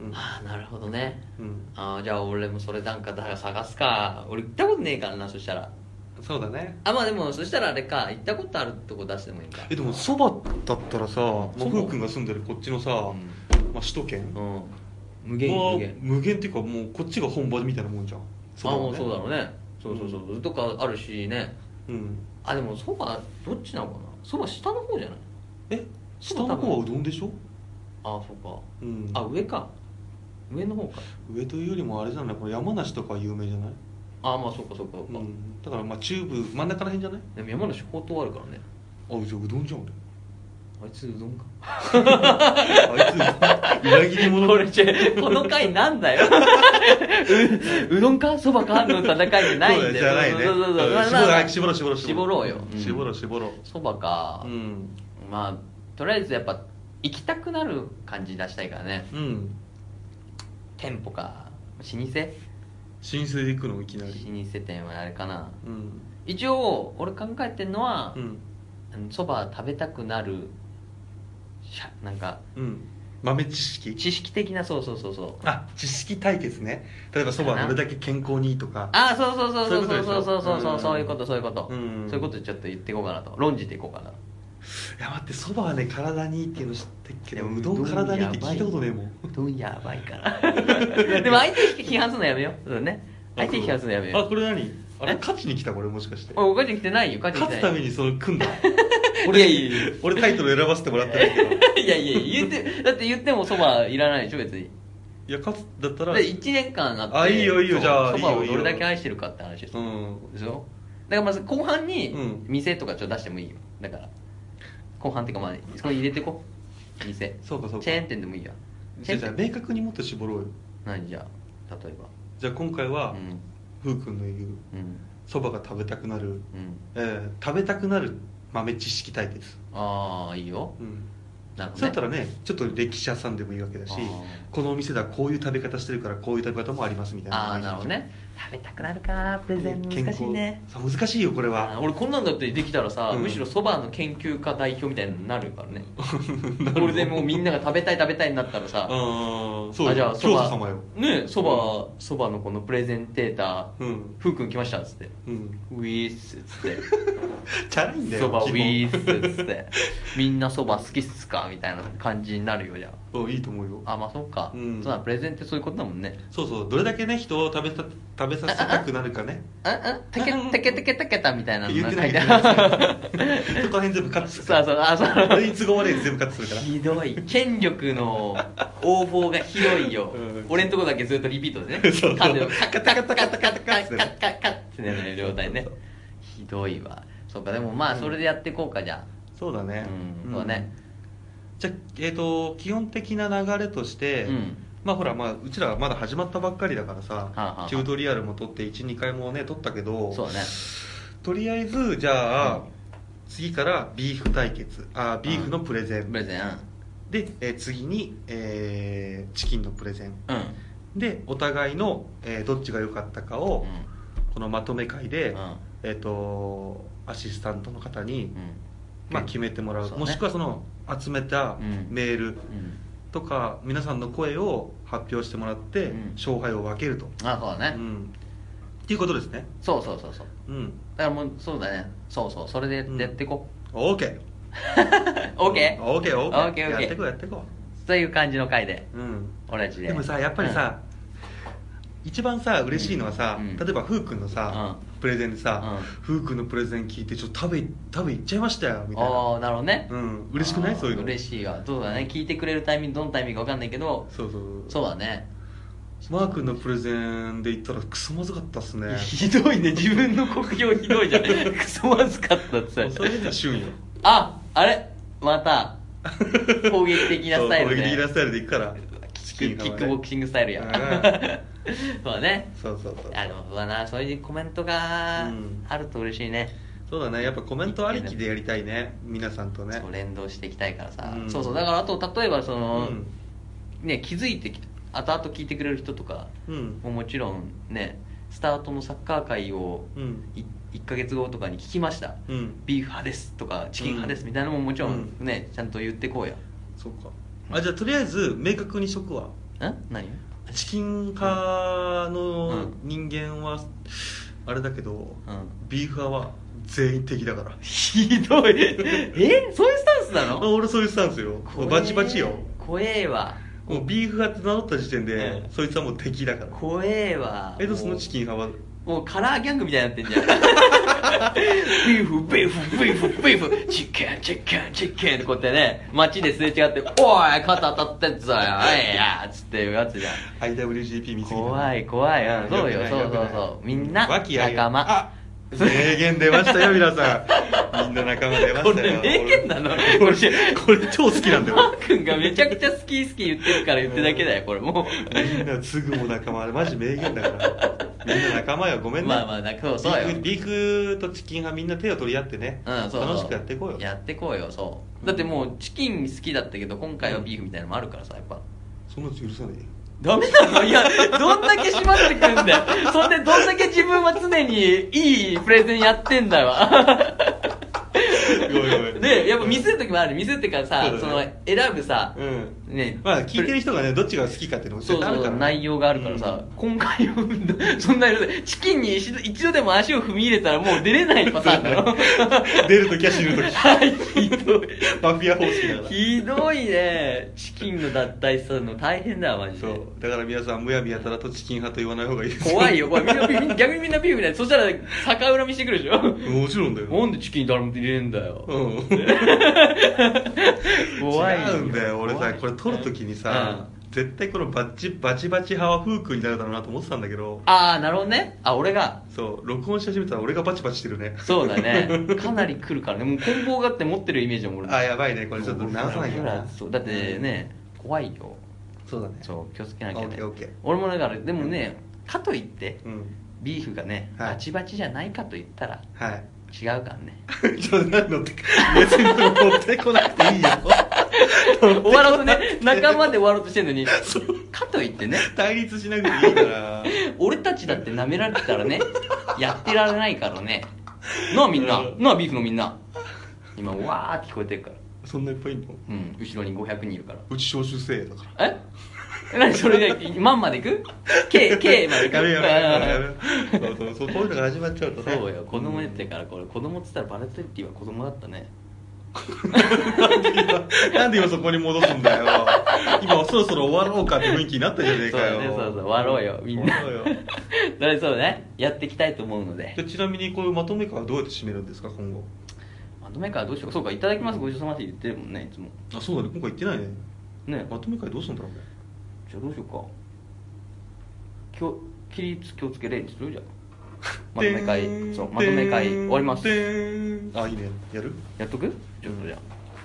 [SPEAKER 1] うん
[SPEAKER 3] あーなるほどね
[SPEAKER 1] うん
[SPEAKER 3] あーじゃあ俺もそれなんかだから探すか俺行ったことねえからなそしたら
[SPEAKER 1] そうだね
[SPEAKER 3] あまあでもそしたらあれか行ったことあるとこ出してもいいか
[SPEAKER 1] えでもそばだったらさもう
[SPEAKER 3] そば
[SPEAKER 1] ふうくんが住んでるこっちのさ、
[SPEAKER 3] うん
[SPEAKER 1] まあ、首都圏
[SPEAKER 3] うん無限
[SPEAKER 1] は
[SPEAKER 3] 無限
[SPEAKER 1] 無限っていうかもうこっちが本場みたいなもんじゃん
[SPEAKER 3] あもう
[SPEAKER 1] ね
[SPEAKER 3] そうだろうねそうそうそうとかあるしね
[SPEAKER 1] うん
[SPEAKER 3] あでもそばどっちなのかなそば下の方じゃない
[SPEAKER 1] え
[SPEAKER 3] そ
[SPEAKER 1] 下
[SPEAKER 3] ば
[SPEAKER 1] の方はうどんでしょ
[SPEAKER 3] ああそう
[SPEAKER 1] うん
[SPEAKER 3] かあ上か上の方か
[SPEAKER 1] 上というよりもあれじゃないこれ山梨とか有名じゃない、
[SPEAKER 3] ああまあそうかそうかそうか、
[SPEAKER 1] うん、だからまあ中部真ん中ら辺じゃない
[SPEAKER 3] でも山梨ほうとうあるからね
[SPEAKER 1] あじゃあうどんじゃん
[SPEAKER 3] あいつうどんか
[SPEAKER 1] あいつ裏切り者
[SPEAKER 3] これ違うこの回なんだ よううどんかそばかの戦いじゃないんだ
[SPEAKER 1] そう
[SPEAKER 3] よ
[SPEAKER 1] だじゃないね
[SPEAKER 3] そうそうそう
[SPEAKER 1] うん
[SPEAKER 3] まあ
[SPEAKER 1] 絞
[SPEAKER 3] まあ
[SPEAKER 1] ろ
[SPEAKER 3] ま
[SPEAKER 1] う
[SPEAKER 3] あ
[SPEAKER 1] 絞ろう絞ろう
[SPEAKER 3] 絞ろうようん
[SPEAKER 1] 絞ろう絞ろう
[SPEAKER 3] そばか、
[SPEAKER 1] うん
[SPEAKER 3] まあとりあえずやっぱ行きたくなる感じ出したいからね
[SPEAKER 1] うん
[SPEAKER 3] 店舗か老舗
[SPEAKER 1] 浸水で行くのいきな
[SPEAKER 3] 老
[SPEAKER 1] り
[SPEAKER 3] 舗店はあれかな
[SPEAKER 1] うん
[SPEAKER 3] 一応俺考えてんのは
[SPEAKER 1] うん
[SPEAKER 3] そば、蕎麦食べたくなるしゃなんか
[SPEAKER 1] うん豆知識
[SPEAKER 3] 知識的なそうそうそうそう
[SPEAKER 1] あ知識対決ね例えばそばどれだけ健康にいいとか
[SPEAKER 3] ああそうそうそうそう
[SPEAKER 1] そういうこと
[SPEAKER 3] そうそうそうそううんそういうことそうい
[SPEAKER 1] でしょ
[SPEAKER 3] うこと
[SPEAKER 1] うん
[SPEAKER 3] そういうことちょっと言っていこうかなと論じていこうかな
[SPEAKER 1] いや待ってそばはね体にいいっていうの知ってっけ
[SPEAKER 3] い
[SPEAKER 1] ど
[SPEAKER 3] や
[SPEAKER 1] うどん体にいいって聞いたことねえもん
[SPEAKER 3] うどんやばいから でも相手批判するのやめようそうだね相手批判するのやめよ
[SPEAKER 1] あ
[SPEAKER 3] う
[SPEAKER 1] これ何あれ
[SPEAKER 3] え
[SPEAKER 1] 勝ちに来たこれもしかして
[SPEAKER 3] おいお母ちゃん来てないよお母ちゃん来
[SPEAKER 1] 勝
[SPEAKER 3] て
[SPEAKER 1] つた
[SPEAKER 3] な
[SPEAKER 1] め
[SPEAKER 3] い
[SPEAKER 1] にその組んだ
[SPEAKER 3] いやいやいや
[SPEAKER 1] 俺タイトル選ばせてもらったんだけ ど
[SPEAKER 3] いやいや言ってだって言ってもそばいらないでしょ別に
[SPEAKER 1] いや勝つだったら
[SPEAKER 3] で1年間あって
[SPEAKER 1] あいいよいいよ
[SPEAKER 3] そう
[SPEAKER 1] じゃあ
[SPEAKER 3] そばを
[SPEAKER 1] いいよいい
[SPEAKER 3] ど
[SPEAKER 1] よ
[SPEAKER 3] れだけ愛してるかって話ですよ
[SPEAKER 1] うん
[SPEAKER 3] でしょだからまず後半に
[SPEAKER 1] うん
[SPEAKER 3] 店とかちょっと出してもいいよだから後半っていうかまあそこに入れてこ店
[SPEAKER 1] そうかそうか
[SPEAKER 3] チェーン店でもいいや
[SPEAKER 1] じゃあじゃあ明確にもっと絞ろうよ
[SPEAKER 3] 何じゃあ例え
[SPEAKER 1] じゃあ今回
[SPEAKER 3] ば
[SPEAKER 1] は
[SPEAKER 3] う、ん
[SPEAKER 1] ふうくんの言う
[SPEAKER 3] うん
[SPEAKER 1] そばが食べたくなる、
[SPEAKER 3] うん
[SPEAKER 1] えー食べたくなる豆知識対決、
[SPEAKER 3] ああいいよ
[SPEAKER 1] うん、
[SPEAKER 3] なるほ
[SPEAKER 1] そう
[SPEAKER 3] ど、
[SPEAKER 1] や
[SPEAKER 3] ね、
[SPEAKER 1] ったらねちょっと歴史屋さんでもいいわけだし
[SPEAKER 3] あー
[SPEAKER 1] このお店ではこういう食べ方してるからこういう食べ方もありますみたいな
[SPEAKER 3] ああーなるほどね食べたくなるかプレゼン
[SPEAKER 1] 健
[SPEAKER 3] 難
[SPEAKER 1] 康
[SPEAKER 3] しいね
[SPEAKER 1] そう難しいよこれ
[SPEAKER 3] あ
[SPEAKER 1] は
[SPEAKER 3] ー俺こんなんだってできたらさ、
[SPEAKER 1] うん
[SPEAKER 3] むしろそばの研究家代表みたいになるからね これでもうみんなが食べたい食べたいになったらさ
[SPEAKER 1] あーそう
[SPEAKER 3] あじゃあ
[SPEAKER 1] 教祖様よ
[SPEAKER 3] ねそばそばのこのプレゼンテーター
[SPEAKER 1] うん
[SPEAKER 3] ふうくん来ましたっつって
[SPEAKER 1] うん
[SPEAKER 3] ウィースっつっ
[SPEAKER 1] チャラいんだ
[SPEAKER 3] て
[SPEAKER 1] よ
[SPEAKER 3] そばウ
[SPEAKER 1] 基本
[SPEAKER 3] ィースっつってみんなそば好きっすかみたいな感じになるよじゃ
[SPEAKER 1] うんいいと思うよ
[SPEAKER 3] ああまあそうか、
[SPEAKER 1] うん
[SPEAKER 3] そうだプレゼンってそういうことだもんね
[SPEAKER 1] そうそうどれだけね人を食べた食べさせたくなる かね
[SPEAKER 3] うんうんたけたけたけたけたみたいなの
[SPEAKER 1] 言ってない
[SPEAKER 3] 書
[SPEAKER 1] 言
[SPEAKER 3] て
[SPEAKER 1] ってない
[SPEAKER 3] ある
[SPEAKER 1] そこら辺全部カットす る
[SPEAKER 3] そうそうあそう
[SPEAKER 1] ドイツ語悪 いやつ全部カットするから
[SPEAKER 3] ひどい権力の横暴がひどいよ、
[SPEAKER 1] うん
[SPEAKER 3] 俺んとこだけずっとリピートでね
[SPEAKER 1] そうそう
[SPEAKER 3] 噛んでるカッカッカッカッカッカッカッカッカッカッカッってなる状態ね
[SPEAKER 1] そう
[SPEAKER 3] ひどいわそうかでもまあそれでやっていこうかじゃ
[SPEAKER 1] そうだ
[SPEAKER 3] あ
[SPEAKER 1] ね
[SPEAKER 3] うんそうね
[SPEAKER 1] じゃあえっ、と基本的な流れとして、
[SPEAKER 3] うん
[SPEAKER 1] まあほらまあうちらはまだ始まったばっかりだからさ、
[SPEAKER 3] あはあはあ
[SPEAKER 1] チュートリアルも撮って12回もね撮ったけど
[SPEAKER 3] そうね
[SPEAKER 1] とりあえずじゃあ、次からビーフ対決あービーフのプレゼン、
[SPEAKER 3] プレゼン
[SPEAKER 1] で、えー次に、えーチキンのプレゼン
[SPEAKER 3] うん
[SPEAKER 1] でお互いの、えーどっちが良かったかを、
[SPEAKER 3] うん
[SPEAKER 1] このまとめ会で、
[SPEAKER 3] うん
[SPEAKER 1] えっ、とアシスタントの方に、まあ、決めてもらう
[SPEAKER 3] そうね
[SPEAKER 1] もしくはその集めた
[SPEAKER 3] うん
[SPEAKER 1] メール、
[SPEAKER 3] うんうん
[SPEAKER 1] とか皆さんの声を発表してもらって、
[SPEAKER 3] うん
[SPEAKER 1] 勝敗を分けると、
[SPEAKER 3] あそう
[SPEAKER 1] う
[SPEAKER 3] だね
[SPEAKER 1] ん、っていうことですね
[SPEAKER 3] そうそうそうそう
[SPEAKER 1] うん
[SPEAKER 3] だからもうそうだねそうそうそれでやっていこ
[SPEAKER 1] OKOKOKOK、
[SPEAKER 3] う OK?
[SPEAKER 1] や
[SPEAKER 3] OK
[SPEAKER 1] ってこうやってこ
[SPEAKER 3] という感じの回で
[SPEAKER 1] う、うん、
[SPEAKER 3] 俺たちで
[SPEAKER 1] でもさやっぱりさ、一番さ嬉しいのはさ、
[SPEAKER 3] うん
[SPEAKER 1] 例えばふうくんのさ、プレゼンでさ、ふうくんのプレゼン聞いてちょっと食べ食べ行っちゃいましたよみたいな
[SPEAKER 3] ああなるほどね
[SPEAKER 1] うん嬉しくない
[SPEAKER 3] あー
[SPEAKER 1] そういうの
[SPEAKER 3] 嬉しいわそうだね聞いてくれるタイミングどのタイミングか分かんないけど
[SPEAKER 1] そうそう
[SPEAKER 3] そうだね
[SPEAKER 1] マー君のプレゼンで言ったらクソまずかったっすね
[SPEAKER 3] ひどいね自分の酷評ひどいじゃん クソまずかったって
[SPEAKER 1] そ
[SPEAKER 3] さ
[SPEAKER 1] うそれで 旬よ
[SPEAKER 3] ああれまた攻撃的なスタイルね
[SPEAKER 1] そう攻撃的なスタイルでいくから
[SPEAKER 3] キックキックボクシングスタイルや
[SPEAKER 1] う
[SPEAKER 3] そうだね
[SPEAKER 1] そうそうそう
[SPEAKER 3] あでもそうだなそういうコメントが
[SPEAKER 1] うん
[SPEAKER 3] あると嬉しいね、
[SPEAKER 1] そうだねやっぱコメントありきでやりたいね皆さんとね
[SPEAKER 3] そう連動していきたいからさ、
[SPEAKER 1] うん
[SPEAKER 3] そうそうだからあと例えばそうの、
[SPEAKER 1] ん
[SPEAKER 3] ね気づいてき後々聞いてくれる人とか
[SPEAKER 1] うん
[SPEAKER 3] もちろんねスタートのサッカー界を
[SPEAKER 1] うん
[SPEAKER 3] い1ヶ月後とかに聞きました、
[SPEAKER 1] うん
[SPEAKER 3] ビーフ派ですとかチキン派ですみたいなのももちろんね、ちゃんと言ってこうや
[SPEAKER 1] そうかあじゃあとりあえず明確に職は
[SPEAKER 3] ん何
[SPEAKER 1] チキン派の
[SPEAKER 3] うん
[SPEAKER 1] 人間はあれだけど
[SPEAKER 3] うん
[SPEAKER 1] ビーフ派は全員敵だから
[SPEAKER 3] ひどいえそういうスタンスな
[SPEAKER 1] あ
[SPEAKER 3] の
[SPEAKER 1] 俺そういうスタンスよ
[SPEAKER 3] 怖え
[SPEAKER 1] バチバチよ
[SPEAKER 3] 怖えわ
[SPEAKER 1] もうビーフ派って名乗った時点で
[SPEAKER 3] うん
[SPEAKER 1] そいつはもう敵だから
[SPEAKER 3] 怖えわ
[SPEAKER 1] えどそのチキン派は
[SPEAKER 3] もうカラーギャングみたいになってんじゃ んビーフビーフビーフビーフチキンチキンチキンってこうやってね街ですれ違って「おい肩当たってんぞよおいや」っつっていうやつじゃん
[SPEAKER 1] IWGP 見すぎた
[SPEAKER 3] 怖い怖いうんそうよ
[SPEAKER 1] 良く
[SPEAKER 3] そうそう
[SPEAKER 1] ない良くない
[SPEAKER 3] そうみんな
[SPEAKER 1] 和気あいあい
[SPEAKER 3] 仲間
[SPEAKER 1] あ名言出ましたよ皆さ んみんな仲間出ま
[SPEAKER 3] こ
[SPEAKER 1] した
[SPEAKER 3] れ
[SPEAKER 1] よ
[SPEAKER 3] 名言なの
[SPEAKER 1] これこれ超好きなんだ
[SPEAKER 3] マ
[SPEAKER 1] よ
[SPEAKER 3] ー君がめちゃくちゃ好き好き言ってるから言ってるだけだよこれも
[SPEAKER 1] みんなすぐも仲間あれマジ名言だからみんな仲間よごめ
[SPEAKER 3] うん
[SPEAKER 1] ね
[SPEAKER 3] まあまあなんかそうそうよ
[SPEAKER 1] ビーフビーフとチキン派みんな手を取り合ってね、
[SPEAKER 3] うん、そうそう
[SPEAKER 1] 楽しくやっていこうよ
[SPEAKER 3] やってこうよそうだってもうチキン好きだったけど今回はビーフみたいなのもあるからさやっぱ
[SPEAKER 1] そんなの許さないよ
[SPEAKER 3] ダメなのいや、どんだけ縛ってくんだ よ。そんで、どんだけ自分は常にいいプレゼンやってんだわ。
[SPEAKER 1] おいおい
[SPEAKER 6] うん
[SPEAKER 3] で、やっぱミスる時もある。ミスってからさ、
[SPEAKER 6] そう
[SPEAKER 3] そ
[SPEAKER 6] だ
[SPEAKER 3] の
[SPEAKER 6] ね、
[SPEAKER 3] 選ぶさ、
[SPEAKER 6] うん
[SPEAKER 3] ね
[SPEAKER 1] まあ聞いてる人がねどっちが好きかっていうのも
[SPEAKER 3] そ
[SPEAKER 1] 絶
[SPEAKER 3] う
[SPEAKER 1] 対ある
[SPEAKER 3] そ
[SPEAKER 1] か
[SPEAKER 3] う
[SPEAKER 1] ら
[SPEAKER 3] 内容があるからさ、今回はそんな色でチキンに一度一度でも足を踏み入れたらもう出れないパターンだろ
[SPEAKER 1] 出るときは死ぬとき
[SPEAKER 3] はいひどい
[SPEAKER 1] マフィア方式だから
[SPEAKER 3] ひどいねチキンの脱退するの大変だわマジ
[SPEAKER 1] そ
[SPEAKER 3] で
[SPEAKER 1] うだから皆さんむやみやたらとチキン派と言わない方がいいです
[SPEAKER 3] 怖いよこれみんなビビ逆にみんなビビるねそしたら逆恨みしてくるでしょ
[SPEAKER 1] もちろんだよ
[SPEAKER 3] なんでチキン誰も入れねえんだよ
[SPEAKER 1] うん
[SPEAKER 3] 怖い
[SPEAKER 1] 違うんだよ俺さこれ撮るときにさ、絶対このバッチバチバチ派はフー君になるだろうなと思ってたんだけど
[SPEAKER 3] ああなるほどねあ俺が
[SPEAKER 1] そう録音し始めたら俺がバチバチしてるね
[SPEAKER 3] そうだねかなり来るからねもう棍棒があって持ってるイメージも俺
[SPEAKER 1] あやばいねこれちょっと直さなきゃな
[SPEAKER 3] そうだってね怖いよ
[SPEAKER 1] そうだね
[SPEAKER 3] そう気をつけなきゃ
[SPEAKER 1] オッ
[SPEAKER 3] ね
[SPEAKER 1] ケーオッケー
[SPEAKER 3] 俺もだからでもねかといって
[SPEAKER 1] うん
[SPEAKER 3] ビーフがね
[SPEAKER 1] はい
[SPEAKER 3] バチバチじゃないかと言ったら
[SPEAKER 1] はい
[SPEAKER 3] 違うからね
[SPEAKER 1] ちょっと何乗って別に乗ってこなくていいよ
[SPEAKER 3] 終わろうとね仲間で終わろうとしてんのにかといってね
[SPEAKER 1] 対立しなくていいから
[SPEAKER 3] 俺たちだって舐められてたらねやってられないからねなあみんななあビーフのみんな今わーって聞こえてるから
[SPEAKER 1] そんないっぱいいんの
[SPEAKER 3] うん後ろに500人いるから
[SPEAKER 1] うち招集制だから
[SPEAKER 3] え何それ で万までいく ?K、K までいく
[SPEAKER 1] やめようやめようやめようそうそうそうこういうのが始まっちゃうと ね
[SPEAKER 3] そうよ子供やってからこれ子供っつったらバラエティは子供だったね
[SPEAKER 1] なんで今そこに戻すんだよ今そろそろ終わろうかって雰囲気になったじゃねえかよ
[SPEAKER 3] そうだねそうそう終わろうよみんな
[SPEAKER 1] 終わろうよ
[SPEAKER 3] だから そうねやっていきたいと思うので
[SPEAKER 1] でちなみにこういうまとめ会はどうやって締めるんですか今後
[SPEAKER 3] まとめ会どうしようそうかいただきますごちそうさまって言ってるもんねいつも
[SPEAKER 1] あそうだね今回行ってないね
[SPEAKER 3] ね
[SPEAKER 1] まとめ会どうすんだろうね
[SPEAKER 3] じゃあどうしようかきょ起立気をつけ例にするじゃんまとめ 会そうまとめ会終わります
[SPEAKER 1] すあいいねやる
[SPEAKER 3] やっとくちょっとじゃあ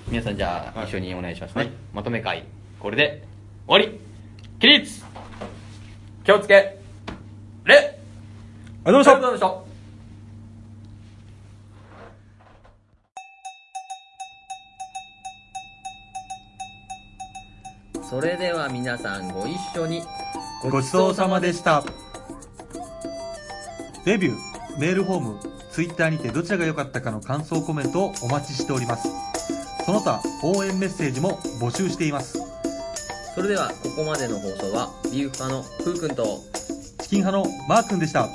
[SPEAKER 3] 皆さんじゃあ
[SPEAKER 1] はい
[SPEAKER 3] 一緒にお願いしますね、
[SPEAKER 1] はい
[SPEAKER 3] まとめ会これで終わり起立気をつけ礼
[SPEAKER 1] ありがとうございました
[SPEAKER 3] ありがとうございました
[SPEAKER 7] それでは皆さんご一緒に
[SPEAKER 1] ごちそうさまでした。レビュー、メールフォーム、ツイッターにてどちらが良かったかの感想コメントをお待ちしております。その他、応援メッセージも募集しています。
[SPEAKER 7] それではここまでの放送はビーフ派のふうくんと
[SPEAKER 1] チキン派のマー君でした。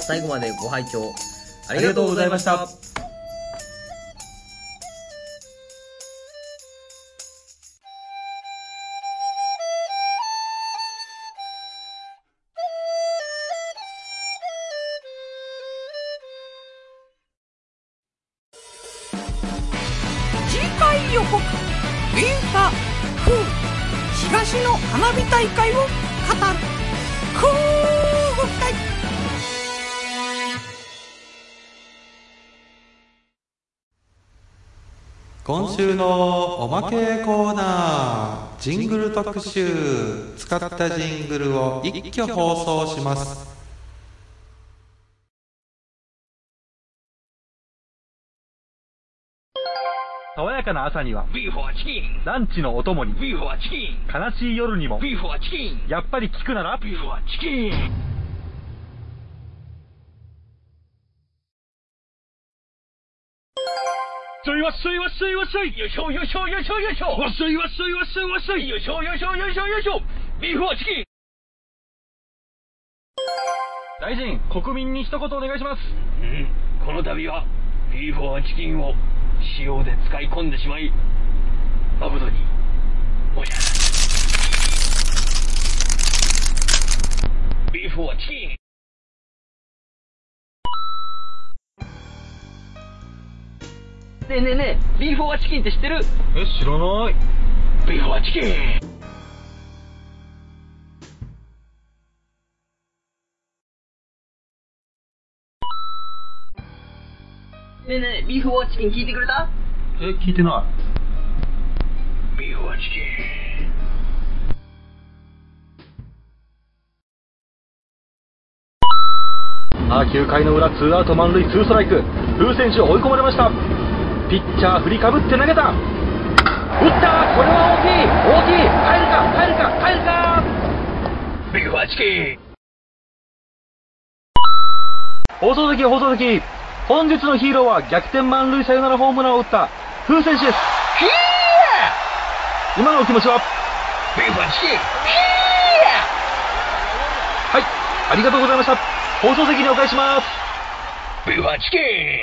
[SPEAKER 7] 最後までご拝聴あ
[SPEAKER 1] あ
[SPEAKER 7] りがとうございました。
[SPEAKER 8] 次回予告ウィンターフー東の花火大会を語るこうご期待
[SPEAKER 2] 今週のおまけコーナージングル特集使ったジングルを一挙放送します
[SPEAKER 1] 爽やかな朝には、ランチのお供に、悲しい夜にも、やっぱり聞くなら、
[SPEAKER 9] ちょいわっしょいわっしょいわっしょいよいしょよいしょよいしょよいしょわっしょいわっしょいわっしょいわっしょいよいしょよいしょよいしょよいしょビーフはチキン大臣国民に一言お願いしますうんこの度はビーフはチキンを使用で使い込んでしまい誠におやビーフはチキンねえねえねえビーフォアチキンって知ってるえ知らないビーフォアチキンねえねえビーフォアチキン聞いてくれたえ聞いてないビーフォアチキン
[SPEAKER 10] さあ9回の裏ツーアウト満塁ツーストライクルー選手追い込まれましたピッチャー振りかぶって投げた打ったこれは大きい大きい入るか入るか入るか
[SPEAKER 9] ビーフォアチキン
[SPEAKER 10] 放送席放送席本日のヒーローは逆転満塁サヨナラホームランを打った
[SPEAKER 1] 風船師です
[SPEAKER 11] ヒー
[SPEAKER 1] 今のお気持ちは
[SPEAKER 11] ビーフはチキンヒー
[SPEAKER 1] はいありがとうございました放送席にお返しします
[SPEAKER 11] ビーフはチキン